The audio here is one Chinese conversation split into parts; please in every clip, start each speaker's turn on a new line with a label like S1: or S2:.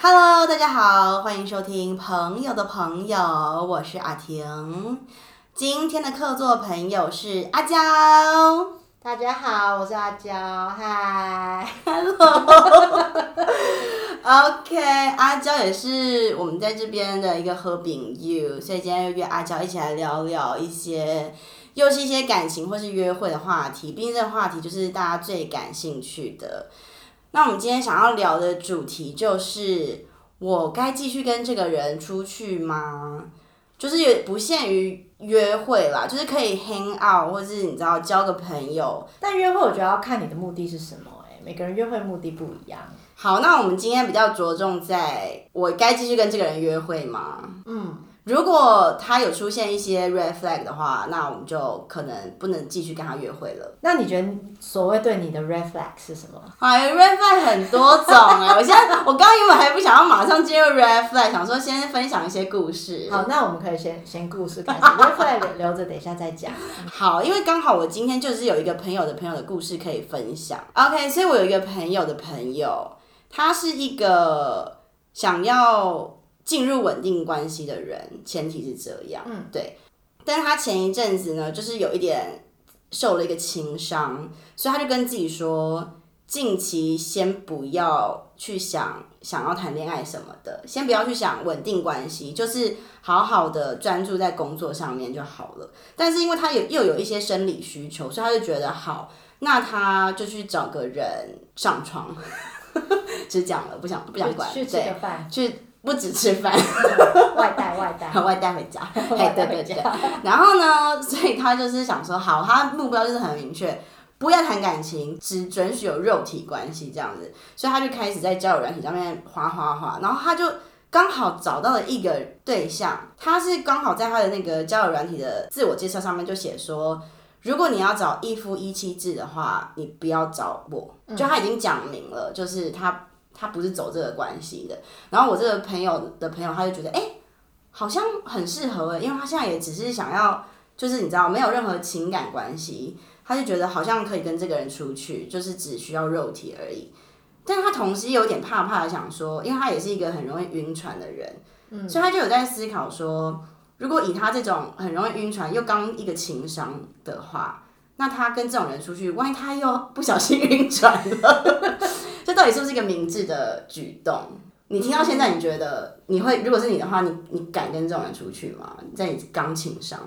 S1: Hello，大家好，欢迎收听《朋友的朋友》，我是阿婷。今天的客座朋友是阿娇。
S2: 大家好，我是阿 娇，嗨，
S1: OK，阿娇也是我们在这边的一个和饼 you，所以今天又约阿娇一起来聊聊一些，又是一些感情或是约会的话题，毕竟这个话题就是大家最感兴趣的。那我们今天想要聊的主题就是，我该继续跟这个人出去吗？就是也不限于约会啦，就是可以 hang out，或是你知道交个朋友，
S2: 但约会我觉得要看你的目的是什么、哎，每个人约会目的不一样。
S1: 好，那我们今天比较着重在我该继续跟这个人约会吗？嗯，如果他有出现一些 red flag 的话，那我们就可能不能继续跟他约会了。
S2: 那你觉得所谓对你的 red flag 是什么？
S1: 哎，red flag 很多种哎、我现在我刚刚原本还不想要马上进入 red flag，想说先分享一些故事。
S2: 好，那我们可以先先故事开始，red flag 留着等一下再讲。
S1: 好，因为刚好我今天就是有一个朋友的朋友的故事可以分享。OK，所以我有一个朋友的朋友，他是一个想要进入稳定关系的人，前提是这样，嗯，对。但是他前一阵子呢，就是有一点受了一个情伤，所以他就跟自己说，近期先不要去想想要谈恋爱什么的，先不要去想稳定关系，就是好好的专注在工作上面就好了。但是因为他有又有一些生理需求，所以他就觉得好，那他就去找个人上床， 只讲了，不想不想管，
S2: 去去吃
S1: 对，
S2: 个饭，
S1: 去不止吃饭，
S2: 外带 外带。
S1: 外带回家，哎
S2: 外，
S1: 对
S2: 带
S1: 对
S2: 回家
S1: 对。然后呢，所以他就是想说，好，他目标就是很明确，不要谈感情，只准许有肉体关系这样子。所以他就开始在交友软体上面滑滑滑，然后他就刚好找到了一个对象，他是刚好在他的那个交友软体的自我介绍上面就写说。如果你要找一夫一妻制的话，你不要找我。就他已经讲明了，就是他他不是走这个关系的。然后我这个朋友的朋友，他就觉得，哎、好像很适合欸，因为他现在也只是想要，就是你知道，没有任何情感关系，他就觉得好像可以跟这个人出去，就是只需要肉体而已。但他同时有点怕怕的想说，因为他也是一个很容易晕船的人，所以他就有在思考说，如果以他这种很容易晕船又刚一个情商的话，那他跟这种人出去，万一他又不小心晕船了， 这到底是不是一个明智的举动？你听到现在，你觉得你会，如果是你的话，你你敢跟这种人出去吗？在你刚情商，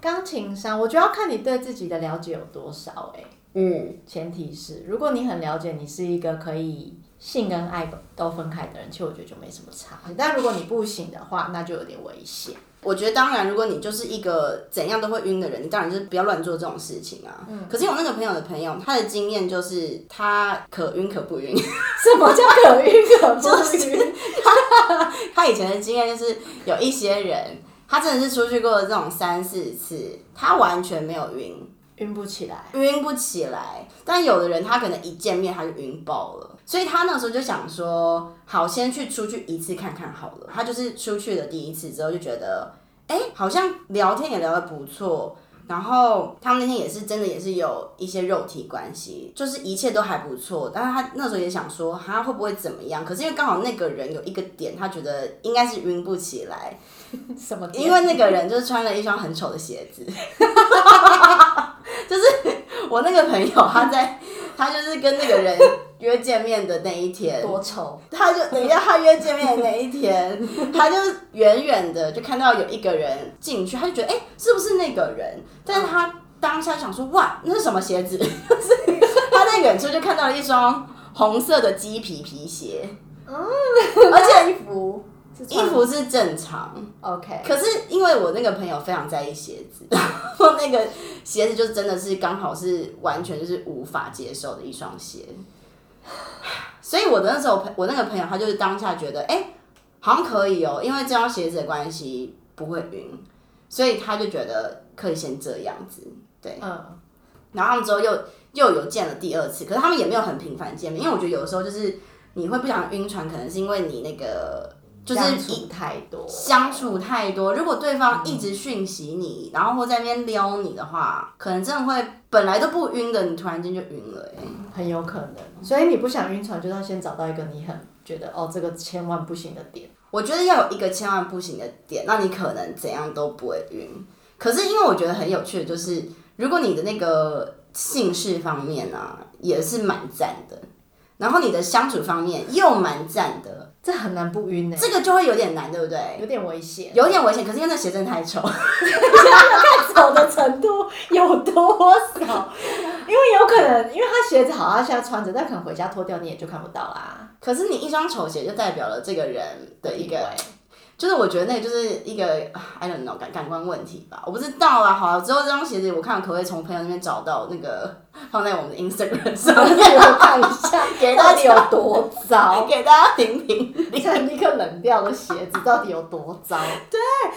S2: 钢琴上，我觉得要看你对自己的了解有多少、哎。
S1: 嗯，
S2: 前提是，如果你很了解，你是一个可以性跟爱都分开的人，其实我觉得就没什么差。但如果你不行的话，那就有点危险。
S1: 我觉得当然，如果你就是一个怎样都会晕的人，你当然就是不要乱做这种事情啊。嗯。可是我那个朋友的朋友，他的经验就是他可晕可不晕。
S2: 什么叫可遇可不遇？
S1: 他以前的经验就是有一些人，他真的是出去过这种三四次，他完全没有晕，
S2: 晕不起来。
S1: 晕不起来。但有的人他可能一见面他就晕爆了，所以他那时候就想说，好，先去出去一次看看好了。他就是出去的第一次之后就觉得，哎、好像聊天也聊得不错。然后他们那天也是真的也是有一些肉体关系，就是一切都还不错。但是他那时候也想说，他会不会怎么样？可是因为刚好那个人有一个点，他觉得应该是晕不起来，
S2: 什么？
S1: 因为那个人就是穿了一双很丑的鞋子， 就是我那个朋友，他在他就是跟那个人约见面的那一天，
S2: 多丑，
S1: 他就等一下他约见面的那一天，他就远远的就看到有一个人进去，他就觉得哎、诶是不是那个人？但是他当下想说哇，那是什么鞋子？ 就是他在远处就看到了一双红色的鸡皮皮鞋，
S2: 而且衣服是
S1: 衣
S2: 穿
S1: 服是正常。
S2: OK，
S1: 可是因为我那个朋友非常在意鞋子， 然后那个鞋子就真的是刚好是完全就是无法接受的一双鞋，所以我的那时候朋我那个朋友他就是当下觉得哎、好像可以哦、因为这双鞋子的关系不会晕，所以他就觉得可以先这样子，对。
S2: 嗯，
S1: 然后他们之后又又有见了第二次，可是他们也没有很频繁见面，因为我觉得有的时候就是你会不想晕船，可能是因为你那个就是
S2: 相处太多，
S1: 相处太多，如果对方一直讯息你，然后或在那边撩你的话，可能真的会本来都不晕的，你突然间就晕了、欸。
S2: 很有可能。所以你不想晕船，就要先找到一个你很觉得哦，这个千万不行的点。
S1: 我觉得要有一个千万不行的点，那你可能怎样都不会晕。可是因为我觉得很有趣的就是，如果你的那个姓氏方面啊，也是蛮赞的，然后你的相处方面又蛮赞的，
S2: 这很难不晕呢、
S1: 这个就会有点难，对不对？
S2: 有点危险，
S1: 有点危险，可是因为那鞋真的太丑，
S2: 走的程度有多少？因为有可能，因为他鞋子好，他现在穿着，但可能回家脱掉你也就看不到啦。
S1: 可是你一双丑鞋就代表了这个人的一个
S2: 对
S1: 就是我觉得那就是一个啊 I don't know 感感官问题吧，我不知道啊。好啊，之后这双鞋子我看可不可以从朋友那边找到那个放在我们的 Instagram 上，
S2: 我我看一 下，
S1: 给大
S2: 到
S1: 家
S2: 底有多 糟？
S1: 给大家评评。
S2: 看立刻冷掉的鞋子到底有多糟？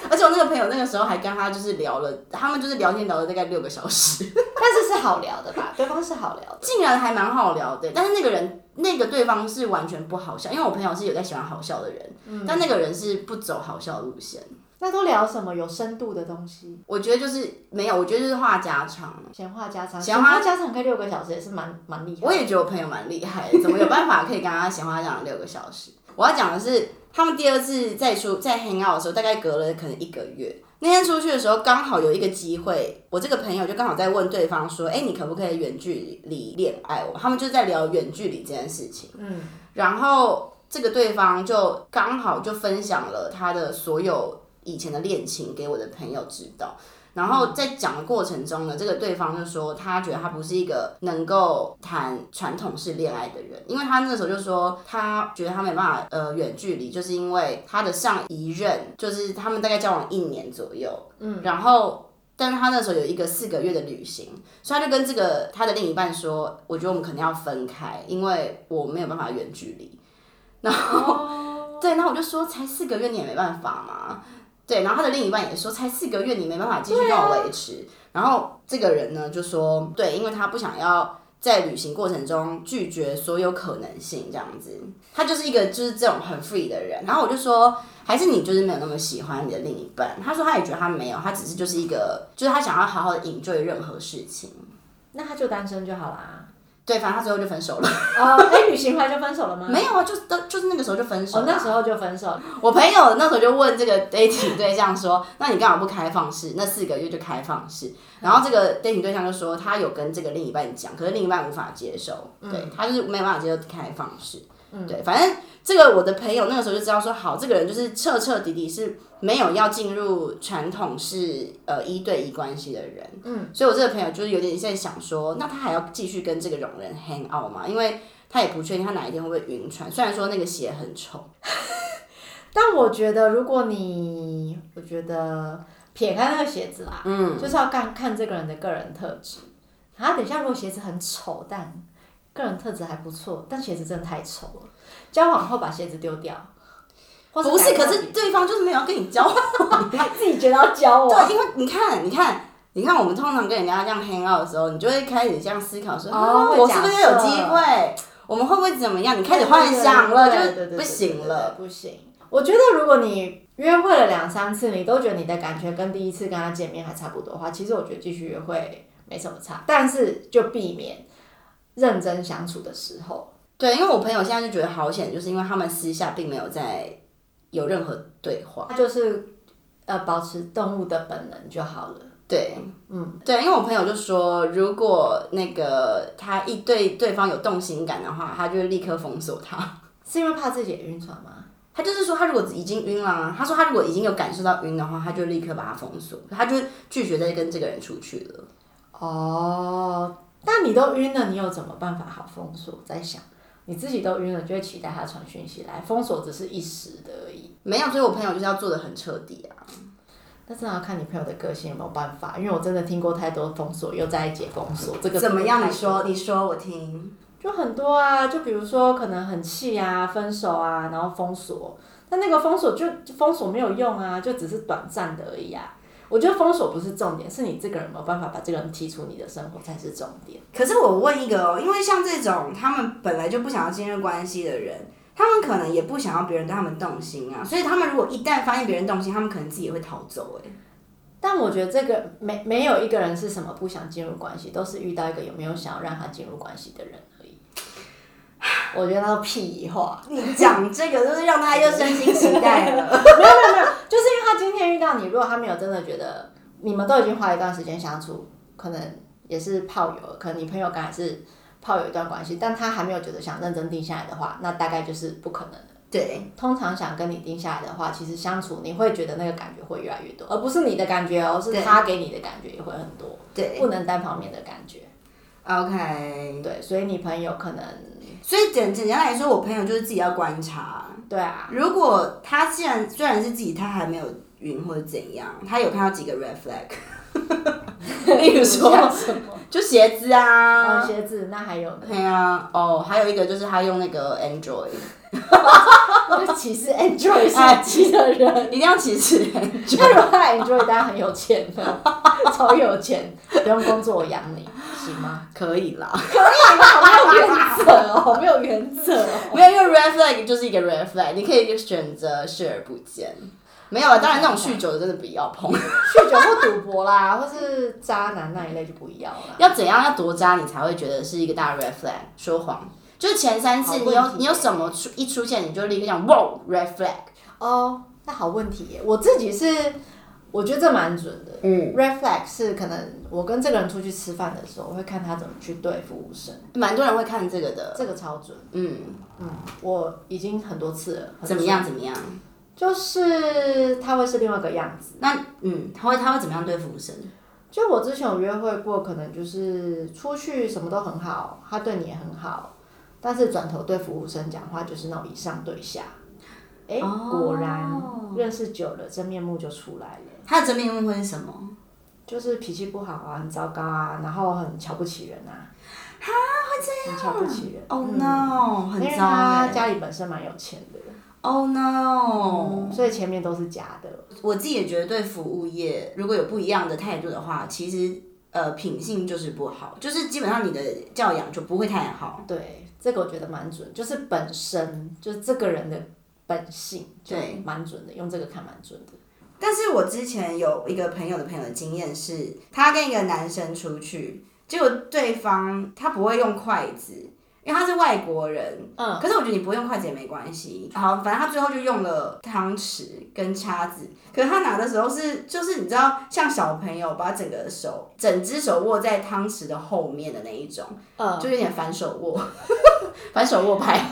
S1: 而且我那个朋友那个时候还跟他就是聊了，他们就是聊天聊了大概六个小时，
S2: 但是是好聊的 吧？对方是好聊的，
S1: 竟然还蛮好聊的。但是那个人那个对方是完全不好笑，因为我朋友是有在喜欢好笑的人，但那个人是不走好笑的路线。
S2: 那都聊什么有深度的东西？
S1: 我觉得就是没有，我觉得就是话家常。
S2: 闲话家常，
S1: 闲
S2: 闲
S1: 话
S2: 话家常可以六个小时也是蛮蛮厉害的。
S1: 我也觉得我朋友蛮厉害的，怎么有办法可以跟他闲话讲六个小时？我要讲的是，他们第二次再出再 hang out 的时候，大概隔了可能一个月。那天出去的时候，刚好有一个机会，我这个朋友就刚好在问对方说：“哎、你可不可以远距离恋爱？”他们就在聊远距离这件事情。
S2: 嗯，
S1: 然后这个对方就刚好就分享了他的所有以前的恋情给我的朋友知道。然后在讲的过程中呢，这个对方就说他觉得他不是一个能够谈传统式恋爱的人，因为他那时候就说他觉得他没办法呃远距离，就是因为他的上一任就是他们大概交往一年左右，嗯，然后。但是他那时候有一个四个月的旅行，所以他就跟这个他的另一半说：“我觉得我们可能要分开，因为我没有办法远距离。”然后、对，然后我就说：“才四个月你也没办法嘛。”对，然后他的另一半也说：“才四个月你没办法继续跟
S2: 啊
S1: 我维持。然后这个人呢就说：“对，因为他不想要在旅行过程中拒绝所有可能性，这样子。”他就是一个就是这种很 free 的人。然后我就说。还是你就是没有那么喜欢你的另一半？他说他也觉得他没有，他只是就是一个，就是他想要好好的 enjoy 任何事情。
S2: 那他就单身就好啦。
S1: 对，反正他最后就分手了。
S2: 哦，哎，旅行回来就分手了吗？
S1: 没有啊，就是都就是那个时候就分手
S2: 哦，
S1: 了。啊
S2: 那时候就分手了。
S1: 我朋友那时候就问这个 dating 对象说：“那你干嘛不开放式？那四个月就开放式？”然后这个 dating 对象就说他有跟这个另一半讲，可是另一半无法接受，对他就是没有办法接受开放式。对，反正这个我的朋友那个时候就知道说，好，这个人就是彻彻底底是没有要进入传统式呃一对一关系的人。嗯，所以我这个朋友就是有点在想说，那他还要继续跟这个种人 hang out 吗？因为他也不确定他哪一天会不会晕船，虽然说那个鞋很丑。
S2: 但我觉得，如果你，我觉得撇开那个鞋子啦，嗯，就是要看看这个人的个人特质。啊，等一下，如果鞋子很丑，但个人特质还不错，但鞋子真的太丑了，交往后把鞋子丢掉，或
S1: 不是，
S2: 改造
S1: 可是
S2: 别
S1: 对方就是没有要跟你交往。
S2: 人 自己觉得要交往。
S1: 对，因为你看，你看，你看，我们通常跟人家这样 hang out 的时候，你就会开始这样思考说，
S2: 哦
S1: 啊
S2: 会
S1: 我
S2: 假
S1: 是不是有
S2: 设
S1: 机会？我们会不会怎么样？你开始幻想了，
S2: 对对对
S1: 就
S2: 对
S1: 不行了。，
S2: 对对对对对不行。我觉得如果你约会了两三次，你都觉得你的感觉跟第一次跟他见面还差不多的话，其实我觉得继续约会没什么差，但是就避免认真相处的时候。
S1: 对，因为我朋友现在就觉得好险，就是因为他们私下并没有在有任何对话。
S2: 它就是呃保持动物的本能就好了。
S1: 对，嗯，对，因为我朋友就说，如果那个他一对对方有动心感的话，他就会立刻封锁他。
S2: 是因为怕自己也晕船吗？
S1: 他就是说，他如果已经晕了、啊，他说他如果已经有感受到晕的话，他就立刻把他封锁，他就拒绝再跟这个人出去了。
S2: 哦，但你都晕了，你有怎么办法好封锁？我在想，你自己都晕了，就会期待他传讯息来，封锁只是一时的而已。
S1: 没有，所以我朋友就是要做的很彻底啊。
S2: 但是要看你朋友的个性有没有办法，因为我真的听过太多封锁又再解封锁，这个
S1: 怎么样？
S2: 太
S1: 你说，你说我听。
S2: 就很多啊，就比如说可能很气啊、分手啊，然后封锁，但那个封锁就封锁没有用啊，就只是短暂的而已啊。我觉得封锁不是重点，是你这个人有没有办法把这个人踢出你的生活才是重点。
S1: 可是我问一个哦，因为像这种他们本来就不想要进入关系的人，他们可能也不想要别人对他们动心啊，所以他们如果一旦发现别人动心，他们可能自己也会逃走、欸。哎，
S2: 但我觉得这个没没有一个人是什么不想进入关系，都是遇到一个有没有想要让他进入关系的人而已。我觉得那都屁话，
S1: 你讲这个就是让他又身心期待了。
S2: 就是因为他今天遇到你，如果他没有真的觉得你们都已经花一段时间相处，可能也是炮友，可能你朋友刚才是炮友一段关系，但他还没有觉得想认真定下来的话，那大概就是不可能的。
S1: 对，
S2: 通常想跟你定下来的话，其实相处你会觉得那个感觉会越来越多，而不是你的感觉哦，是
S1: 对
S2: 他给你的感觉也会很多，
S1: 对
S2: 不能单方面的感觉。
S1: ，OK。
S2: 对，所以你朋友可能
S1: 所以简简单来说，我朋友就是自己要观察。
S2: 对 啊，
S1: 如果他既然虽然是自己，他还没有晕或者怎样，他有看到几个 red flag，例如 说
S2: 像什么？
S1: 就鞋子啊
S2: 哦，，鞋子那还有 呢？
S1: 对啊，哦，还有一个就是他用那个 Android，
S2: 那歧视
S1: 啊
S2: enjoy 下机的人。
S1: 一定要歧视
S2: 那
S1: Android。
S2: 如果他 enjoy，当然很有钱了， 超有钱，不用工作我养你，行吗？
S1: 可以啦，
S2: 好没有原则哦，好没有原则哦。
S1: 没有，因为 red flag 就是一个 red flag，你可以选择视而不见。没有啊，当然那种酗酒的真的不要碰。
S2: 酗酒或赌博啦， 或是渣男那一类就不要啦。
S1: 要怎样要多渣，你才会觉得是一个大 red flag？说谎，就是前三次
S2: 好
S1: 你
S2: 问
S1: 有
S2: 题
S1: 你有什么出一出现，你就立刻讲哇 red flag。
S2: 哦，那好问题耶，我自己是我觉得这蛮准的。
S1: 嗯，
S2: Red flag 是可能我跟这个人出去吃饭的时候，我会看他怎么去对服务生，
S1: 蛮多人会看这个的。
S2: 这个超准。
S1: 嗯，
S2: 嗯，我已经很多次了。很
S1: 怎么样怎么样？
S2: 准？就是他会是另外一个样子。
S1: 那嗯，他会他会怎么样对服务生？
S2: 就我之前有约会过，可能就是出去什么都很好，他对你也很好，但是转头对服务生讲话就是那种以上对下。哎、
S1: 哦
S2: 果然认识久了，真面目就出来了，
S1: 他的真面目会是什么？
S2: 就是脾气不好啊，很糟糕啊，然后很瞧不起人啊。啊，会这样？很瞧不起人。
S1: Oh
S2: 嗯啊
S1: no，很
S2: 因为
S1: 糟
S2: 他
S1: 欸。
S2: 家里本身蛮有钱的，
S1: Oh no，
S2: 所以前面都是假的。
S1: 我自己也觉得对服务业如果有不一样的态度的话，其实呃品性就是不好，就是基本上你的教养就不会太好。
S2: 对，这个我觉得蛮准，就是本身就是这个人的本性，就
S1: 对
S2: 蛮准的，用这个看蛮准的。
S1: 但是我之前有一个朋友的朋友的经验是，他跟一个男生出去，结果对方他不会用筷子，因为他是外国人。
S2: 嗯，
S1: 可是我觉得你不会用筷子也没关系。好，反正他最后就用了汤匙跟叉子。可是他拿的时候是，就是你知道，像小朋友把整个手、整只手握在汤匙的后面的那一种，
S2: 呃，
S1: 就有点反手握，反手握拍。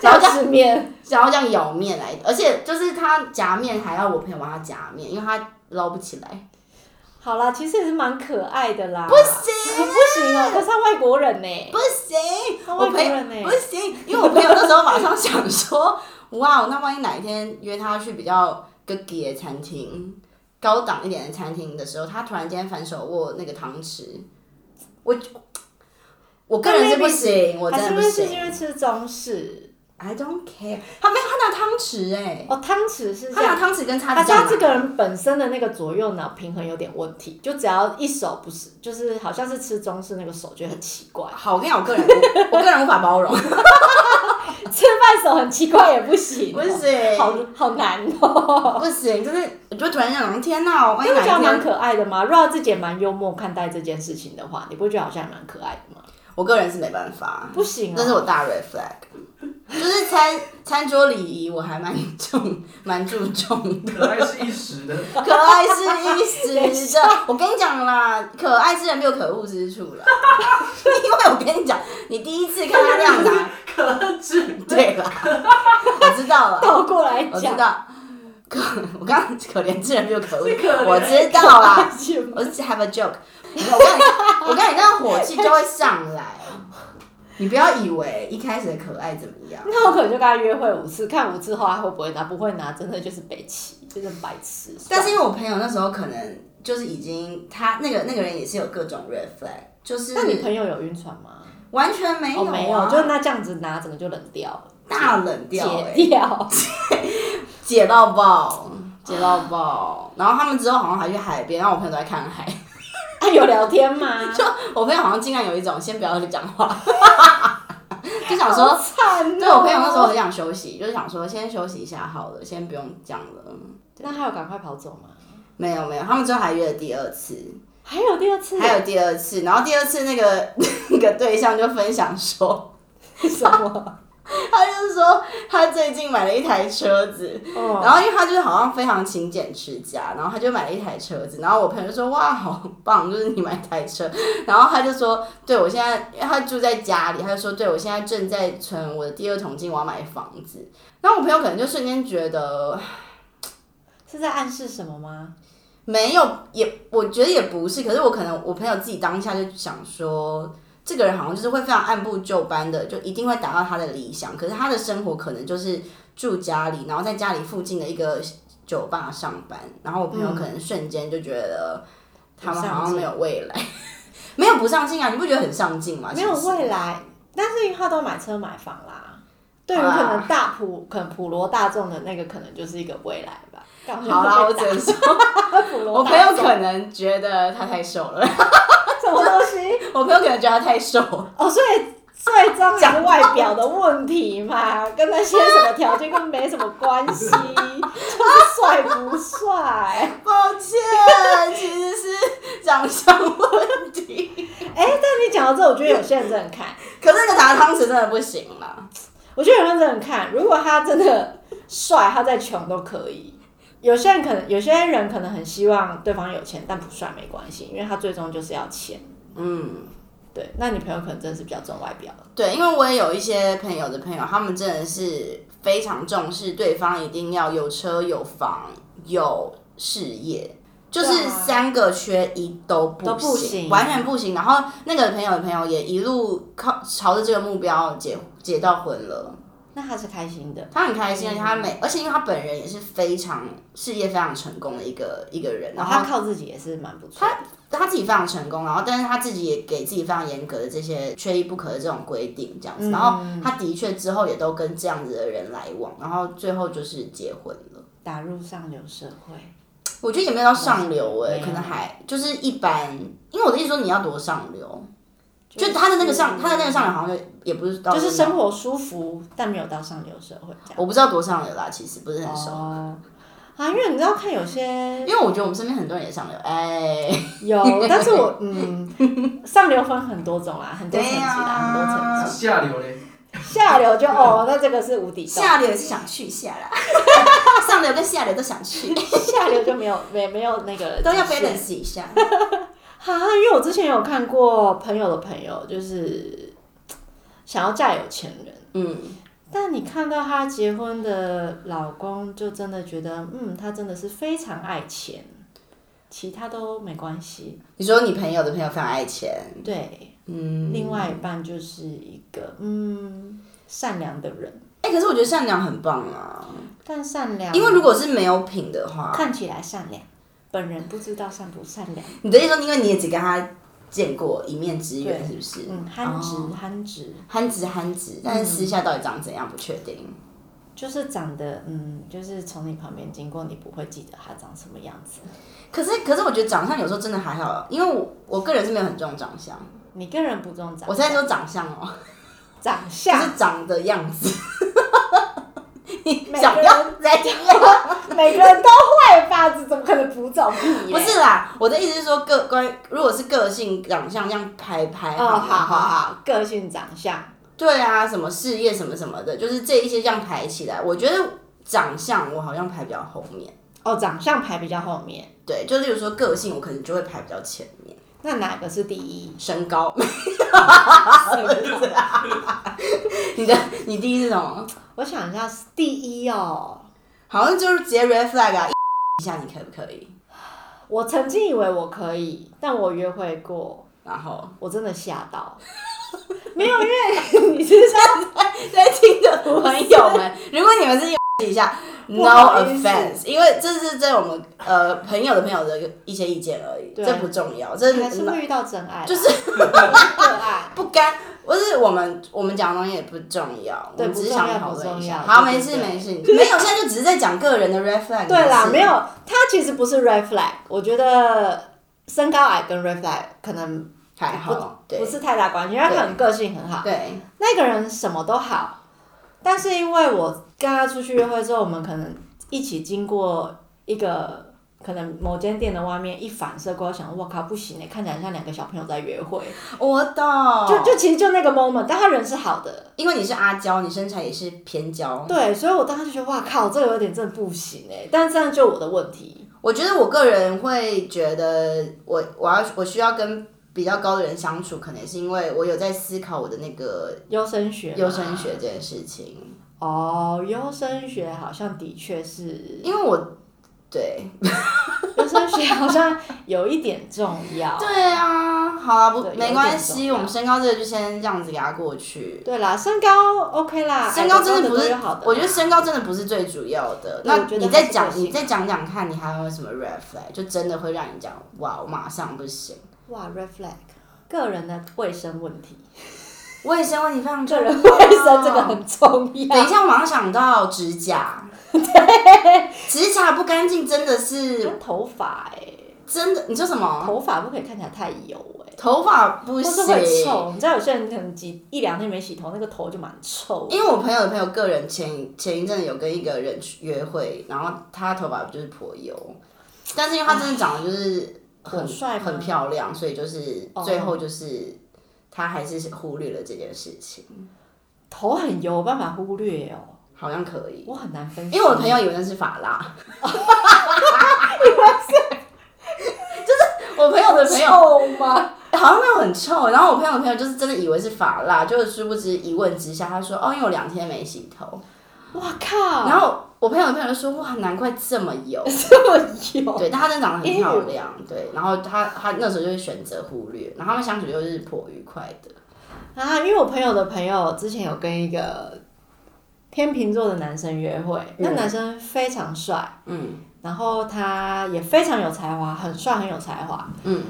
S2: 然后吃面，
S1: 想要这样舀面来，而且就是他夹面还要我朋友帮他夹面，因为他捞不起来。
S2: 好啦，其实也是蛮可爱的啦。不行，不行哦，可是他外国人呢、
S1: 不行，
S2: 他
S1: 我
S2: 外国
S1: 朋友
S2: 人呢、
S1: 不行，因为我朋友那时候马上想说，哇，那万一哪一天约他去比较高级的餐厅、高档一点的餐厅的时候，他突然间反手握那个汤匙，我我个人是不行，我真
S2: 还
S1: 的
S2: 是
S1: 不
S2: 不是是
S1: 行。
S2: 因为吃中式
S1: I don't care，他没有他拿汤匙哎、
S2: 哦，汤匙是这
S1: 他拿啊
S2: 样。
S1: 汤匙跟叉
S2: 他
S1: 子
S2: 家
S1: 夹
S2: 这个人本身的那个左右脑平衡有点问题，就只要一手不是，就是好像是吃中式那个手就很奇怪，
S1: 好，我跟你讲，我个人无我个人无法 包容，
S2: 吃饭手很奇怪也不行哦、
S1: 不行，
S2: 好好难哦、
S1: 不行，就是我就突然想，天哪，
S2: 因
S1: 万一
S2: 你不
S1: 哪
S2: 觉得
S1: 一
S2: 蛮
S1: 天，
S2: 可爱的吗？如果他自己也蛮幽默看待这件事情的话，你不会觉得好像也蛮可爱的吗？
S1: 我个人是没办法，
S2: 不行、啊，
S1: 这是我大 red flag，就是餐餐桌礼仪我还蛮重蛮注重 的，
S3: 可爱是一时的，
S1: 可爱是一时的，我跟你讲啦，可爱之人必有可恶之处 啦，因为我跟你讲，你第一次看他那样 拿，
S3: 可爱是
S1: 对啦，我知道了。
S2: 倒过来
S1: 我知
S2: 讲，
S1: 道，可我刚刚可怜之人必有可恶之处
S3: 是可，怜
S1: 我知道啦，
S2: 是吗
S1: 我是 have a joke。我跟你，我跟你那火气就会上来。你不要以为一开始的可爱怎么样，
S2: 那我可能就跟他约会五次，看五次后他会不会拿，不会拿，真的就是北齐，就是白痴。
S1: 但是因为我朋友那时候可能就是已经他那个那个人也是有各种 red flag，就是
S2: 那你朋友有晕船吗？
S1: 完全没有、
S2: 哦，
S1: 啊
S2: 没有，就那这样子拿，整个就冷掉了，
S1: 大冷掉、欸，嗯
S2: 解掉。
S1: 解到爆，解到爆。然后他们之后好像还去海边，然后我朋友都在看海。
S2: 啊，有聊天吗？
S1: 我朋友好像竟然有一种先不要讲话， 就想说，
S2: 惨哦
S1: 对我朋友那时候很想休息，就是想说先休息一下好了，先不用讲了。
S2: 那还有赶快跑走吗？
S1: 没有没有，他们最后还约了第二次，
S2: 还有第二次？
S1: 还有第二次，然后第二次那个 那个对象就分享说，
S2: 什 么？
S1: 他就是说他最近买了一台车子，
S2: 哦，
S1: 然后因为他就是好像非常勤俭持家，然后他就买了一台车子，然后我朋友就说哇好棒，就是你买一台车，然后他就说对我现在，因为他住在家里，他就说对我现在正在存我的第二桶金，我要买房子。然后我朋友可能就瞬间觉得
S2: 是在暗示什么吗？
S1: 没有，也我觉得也不是，可是我可能我朋友自己当下就想说。这个人好像就是会非常按部就班的，就一定会达到他的理想。可是他的生活可能就是住家里，然后在家里附近的一个酒吧上班。然后我朋友可能瞬间就觉得他们好像没有未来， 没有不上进啊！你不觉得很上进吗？
S2: 没有
S1: 其实
S2: 未来，但是因为他都买车买房啦。对于
S1: 好啦
S2: 可能大普，可能普罗大众的那个，可能就是一个未来吧。干
S1: 好啦，我只能说，
S2: 普罗
S1: 我
S2: 大
S1: 朋友
S2: 众
S1: 可能觉得他太瘦了，
S2: 什么东西？
S1: 我朋友可能觉得他太瘦了，
S2: 哦，所以最终还是外表的问题 嘛，跟那些什么条件根本没什么关系，就是帅不帅。
S1: 抱歉，其实是长相问题。
S2: 哎、但你讲到这，我觉得有些人真的很看，
S1: 可是那个打汤匙真的不行啦，
S2: 我觉得有些人真的很看。如果他真的帅，他再穷都可以。有些人可能，有些人可能很希望对方有钱，但不帅没关系，因为他最终就是要钱。
S1: 嗯，
S2: 对，那你朋友可能真的是比较重外表的。
S1: 对，因为我也有一些朋友的朋友，他们真的是非常重视对方一定要有车有房有事业。就是
S2: 对啊
S1: 三个缺一都不
S2: 都
S1: 行，
S2: 不行
S1: 完全不行。然后那个朋友的朋友也一路靠朝着这个目标结结到婚了。
S2: 那他是开心的，
S1: 他很开心，而且他每，而且因为他本人也是非常事业非常成功的一个一个人，然
S2: 然后
S1: 后
S2: 他靠自己也是蛮不错的。
S1: 他自己非常成功，然后但是他自己也给自己非常严格的这些缺一不可的这种规定，这样子，然后他的确之后也都跟这样子的人来往，然后最后就是结婚了。
S2: 打入上流社会。
S1: 我觉得也没有到上流哎、
S2: 没有
S1: 可能还就是一般，因为我的意思说你要多上流，
S2: 就
S1: 就是他的那个上，他的那个上流好像就也不是到
S2: 就是
S1: 上流，
S2: 生活舒服，但没有到上流社会这样。
S1: 我不知道多上流啦，其实不是很熟，
S2: 哦，啊，因为你知道看有些
S1: 因为我觉得我们身边很多人也上流，哎、
S2: 有，但是我嗯，上流分很多种啦，很多层级
S1: 对
S2: 啦，
S1: 啊
S2: 很多层级。
S3: 下流嘞，
S2: 下流就 哦，那这个是无底洞。
S1: 哎下流也是想去下啦， 上流跟下 流都想去，
S2: 下流就没有没没有那个
S1: 都要
S2: 极限
S1: balance 一下。
S2: 哈、啊因为我之前有看过朋友的朋友，就是想要嫁有钱人，
S1: 嗯，
S2: 但你看到她结婚的老公，就真的觉得，嗯，他真的是非常爱钱，其他都没关系。
S1: 你说你朋友的朋友非常爱钱，
S2: 对，
S1: 嗯，
S2: 另外一半就是一个嗯善良的人，
S1: 哎、可是我觉得善良很棒啊，
S2: 但善良
S1: 因为如果是没有品的话，
S2: 看起来善良，本人不知道善不善良。
S1: 你的意思说，因为你也只跟他见过一面之缘，
S2: 对
S1: 是不是？
S2: 嗯，憨直、
S1: 哦
S2: 憨直，
S1: 憨直憨直，但是私下到底长怎样不确
S2: 嗯
S1: 定。
S2: 就是长得嗯，就是从你旁边经过，你不会记得他长什么样子。
S1: 可是可是我觉得长相有时候真的还好，因为我我个人是没有很重长相，
S2: 你个人不重长，
S1: 我在说长相哦、
S2: 长
S1: 就
S2: 相，
S1: 是长的样子。你
S2: 每个人
S1: 想要再怎样？
S2: 每个人都会吧，这怎么可能不重屁
S1: 不
S2: 嘞？
S1: 是啦，我的意思是说个关于，如果是个性长相这样排排行
S2: 哦，
S1: 的
S2: 好好
S1: 话
S2: 好，个性长相，
S1: 对啊，什么事业什么什么的，就是这一些这样排起来，我觉得长相我好像排比较后面。欸
S2: 哦，长相排比较后面，
S1: 对，就例如说个性，我可能就会排比较前面。
S2: 那哪个是第 一？
S1: 身高， 你的你第一是什么？
S2: 我想一下，第一哦，
S1: 好像就是直接 red flag 啊，一下你可不可以？
S2: 我曾经以为我可以，但我约会过，
S1: 然 后
S2: 我真的吓 到。没有，因为你知道，
S1: 在听的朋友们，如果你们是有一下
S2: 不
S1: ，no
S2: 好意思
S1: offense，因为这是在我们呃朋友的朋友的一些意见而已，
S2: 对
S1: 这不重要，这
S2: 还是会遇到真爱啦，
S1: 就是
S2: 个爱。
S1: 不干，不是我们我们讲的东西也不重要，我
S2: 对
S1: 们只是
S2: 不重要
S1: 想讨论一下。
S2: 不重要
S1: 好，
S2: 对
S1: 没
S2: 对
S1: 事
S2: 对
S1: 没事，没有，现在就只是在讲个人的 red flag。
S2: 对 啦，
S1: 是
S2: 没有，它其实不是 red flag，我觉得身高矮跟 red flag 可能
S1: 还好，对
S2: 不是太大关系，因为他
S1: 对
S2: 可能个性很好。
S1: 对，
S2: 那个人什么都好，但是因为我跟他出去约会之后，我们可能一起经过一个可能某间店的外面，一反射过来，想我靠不行欸看起来像两个小朋友在约会，
S1: 我懂，
S2: 就就其实就那个 moment，但他人是好的，
S1: 因为你是阿娇，你身材也是偏娇。
S2: 对，所以我当时就觉得哇靠，这个有点真的不行哎、但这样就我的问题，
S1: 我觉得我个人会觉得我，我要我需要跟比较高的人相处，可能是因为我有在思考我的那个
S2: 优生学嘛，
S1: 优生学这件事情，
S2: 哦，优生学好像的确是，
S1: 因为我对
S2: 优生学好像有一点重要。
S1: 对啊，好啊，不
S2: 对有
S1: 没关
S2: 点重
S1: 系，
S2: 要
S1: 我们身高这个就先这样子给他过去。
S2: 对啦，身高 OK 啦，
S1: 身高真的不
S2: 矮
S1: 是
S2: 高好的，，
S1: 哎我觉得身高真的不是最主要的。
S2: 对
S1: 那
S2: 我觉得
S1: 你再
S2: 还是
S1: 讲
S2: 个，性
S1: 你再讲讲看，你还有什么 red flag？就真的会让你讲哇，我马上不行。
S2: 哇 r e flag 个人的卫生问题，
S1: 卫生问题非常重
S2: 个
S1: 要，
S2: 人 卫生这 个很重
S1: 等一
S2: 要，
S1: 下，我马上想到指甲， 对，指甲不干净真的是
S2: 跟头发哎、
S1: 真的。你说什么？
S2: 头发不可以看起来太油哎、
S1: 头发不
S2: 或
S1: 行
S2: 是，会臭，你知道有些人可能几一两天没洗头，那个头就蛮臭的。
S1: 因为我朋友的朋友个人前前一阵子有跟一个人去约会，然后他头发就是颇油，但是因为他真的长得就是很
S2: 很帅吗
S1: 很漂亮，所以就是
S2: 哦
S1: 最后就是他还是忽略了这件事情，
S2: 头很油，我办法忽略哦、
S1: 好像可以，
S2: 我很难分析。
S1: 因为我的朋友以为那是发蜡， 就是我朋友的朋友
S2: 臭吗？
S1: 好像没有很臭，然后我朋友的朋友就是真的以为是发蜡，就是殊不知一问之下，他说哦，因为我两天没洗头，
S2: 哇靠，
S1: 然后我朋友的朋友就说哇，难怪 这么 油，
S2: 这么油，
S1: 对，但她真的长得很漂亮，对，然后她她那时候就会选择忽略，然后他们相处又是颇愉快的，
S2: 啊，因为我朋友的朋友之前有跟一个天秤座的男生约会，那男生非常帅，
S1: 嗯
S2: 然后他也非常有才华，很帅很有才华。
S1: 嗯，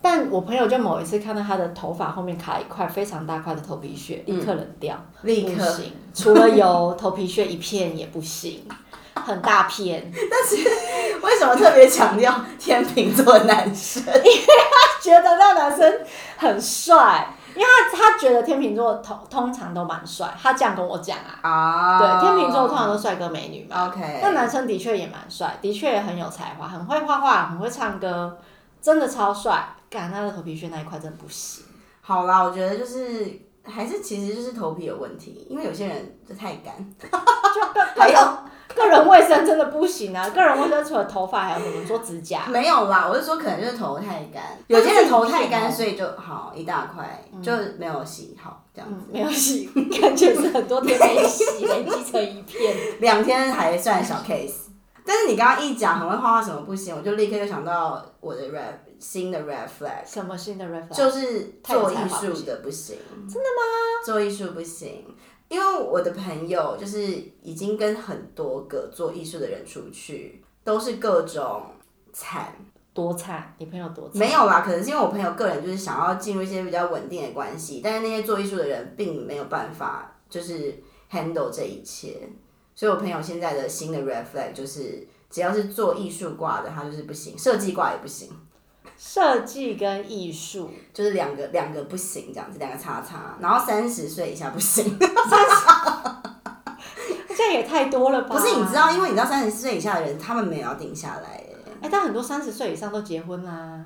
S2: 但我朋友就某一次看到他的头发后面卡一块非常大块的头皮屑，立刻冷掉，
S1: 嗯立
S2: 不
S1: 刻，
S2: 行，除了油，头皮屑一片也不行，很大 片。
S1: 为什么特别强调天秤座男生？
S2: 觉得那男生很帅，因为他他觉得天秤座通通常都蛮帅，他这样跟我讲啊。
S1: 啊，
S2: 对，天秤座通常都帅哥美女嘛。
S1: OK
S2: 那男生的确也蛮帅，的确也很有才华，很会画画，很会唱歌，真的超帅。干，他的头皮屑那一块真的不行。
S1: 好啦，我觉得就是还是其实就是头皮有问题，因为有些人就太干，还有
S2: 个人卫生真的不行啊！个人卫生除了头发还有什么？你说指甲？
S1: 没有啦，我是说可能就是啊嗯头太干，有
S2: 但是
S1: 些人头太
S2: 这
S1: 干，
S2: 一片哦
S1: 所以就好一大块，就没有洗好这样
S2: 嗯
S1: 子，，
S2: 没有洗，感觉是很多天 没洗，累积成一片。
S1: 两天还算小 case。但是你刚刚一讲很会画画什么不行，我就立刻就想到我的 rap 新的 rap flag，
S2: 什么新的 r e f e
S1: 就是做艺
S2: 太有才华不
S1: 术
S2: 行
S1: 的不行。真的吗？做艺术不行，因为我的朋友就是已经跟很多个做艺术的人出去，都是各种惨。
S2: 多惨，你朋友多惨？
S1: 没有啦，可能是因为我朋友个人就是想要进入一些比较稳定的关系，但是那些做艺术的人并没有办法就是 handle 这一切，所以我朋友现在的新的 red flag 就是只要是做艺术挂的，他就是不行，设计挂也不行，
S2: 设计跟艺术，
S1: 就是两个两个不行这样子，两个叉叉，然后三十岁以下不行，
S2: 这样也太多了吧？
S1: 不是你知道，因为你知道三十岁以下的人他们没有要定下来耶，
S2: 哎、但很多三十岁以上都结婚啦、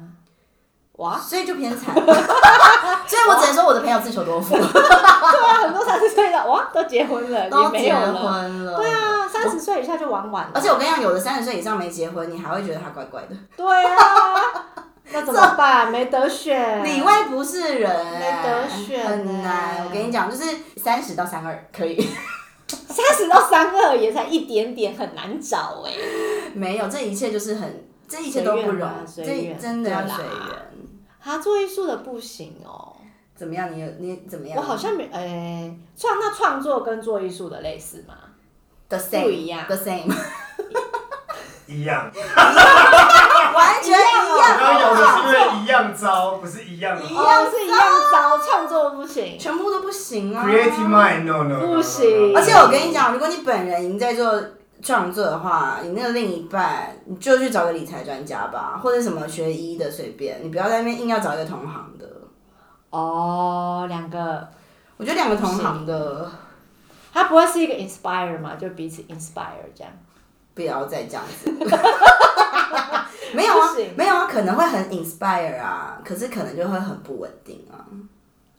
S2: 哇，
S1: 所以就偏 惨，所以我只能说我的朋友自求多福，
S2: 对啊，很多三十岁的哇都结婚了，也
S1: 都
S2: 没
S1: 结
S2: 有了。
S1: 婚了，
S2: 对。啊，三十岁以下就玩完了。
S1: 而且我跟你讲，有的三十岁以上没结婚，你还会觉得他怪怪的，
S2: 对 啊，那怎么办？没得选。
S1: 里外不是人、
S2: 啊没得选
S1: 很难。
S2: 欸
S1: 我跟你讲，就是三十到三二可以，
S2: 三十到三二也才一点点，很难找哎、
S1: 没有这一切就是很，这一切都不容，这
S2: 随缘啊随缘
S1: 真的要
S2: 对啦
S1: 随缘。
S2: 啊，做艺术的不行哦、
S1: 怎么样？你有你怎么样？
S2: 我好像没哎，创、那创作跟做艺术的类似吗？
S1: the
S2: 不
S1: same
S2: 一样
S1: the same
S4: 一样，
S1: 完全一样，
S4: 然后有
S1: 好不
S4: 的是
S1: 好
S4: 因为一样糟，不是一样
S1: 一
S4: 好。
S1: 样
S2: 哦是一样招，创作不行。
S1: 全部都不行啊。
S4: Creative mind no no，, no, no, no.
S2: 不行
S1: 而且我跟你，讲，如果你本人已经在做创作的话，你那个另一半你就去找个理财专家吧，或者什么学医的随便，你不要在那边硬要找一个同行的。
S2: 哦，两个，
S1: 我觉得两个同行的
S2: 他不会是一个 inspire 嘛？就彼此 inspire 这样。
S1: 不要再这样子。 没有啊
S2: 不行，
S1: 没有啊，可能会很 inspire 啊，可是可能就会很不稳定啊，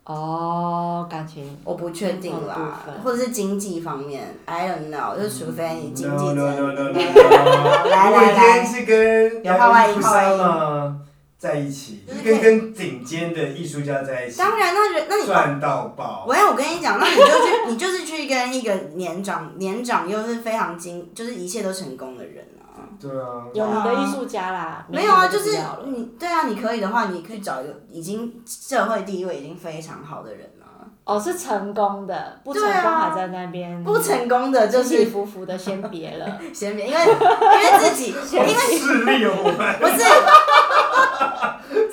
S2: 哦，感情
S1: 我不确定
S2: 工作
S1: 啦
S2: 的部，分
S1: 或者是经济方面，I don't know，就是除非你
S4: No
S1: 经济真
S4: no no no
S1: 的
S4: no, no, no.
S1: 来
S4: 我
S1: 来
S4: 今
S1: 来
S4: 天是跟
S1: 有话外音
S4: 不
S1: 话外音
S4: 嘛在一起，
S1: 就是可以
S4: 跟跟顶尖的艺术家在一 起，
S1: 当然，那人那你
S4: 赚到爆。
S1: 喂，我跟你讲，那你就去，你就是去跟一个年长、年长又是非常精，就是一切都成功的人啊。
S4: 对啊，
S2: 有你的艺术家啦，
S1: 没有啊，
S2: 名字
S1: 就是
S2: 不要了
S1: 你对啊，你可以的话，你去找一个已经社会地位已经非常好的人啊。
S2: 哦，是成功的，不成
S1: 对
S2: 功
S1: 啊
S2: 还在那边
S1: 不成功的就
S2: 起
S1: 是
S2: 起伏伏的，先别了。
S1: 先别，因为因为自己，
S4: 好势利哦，我们
S1: 不是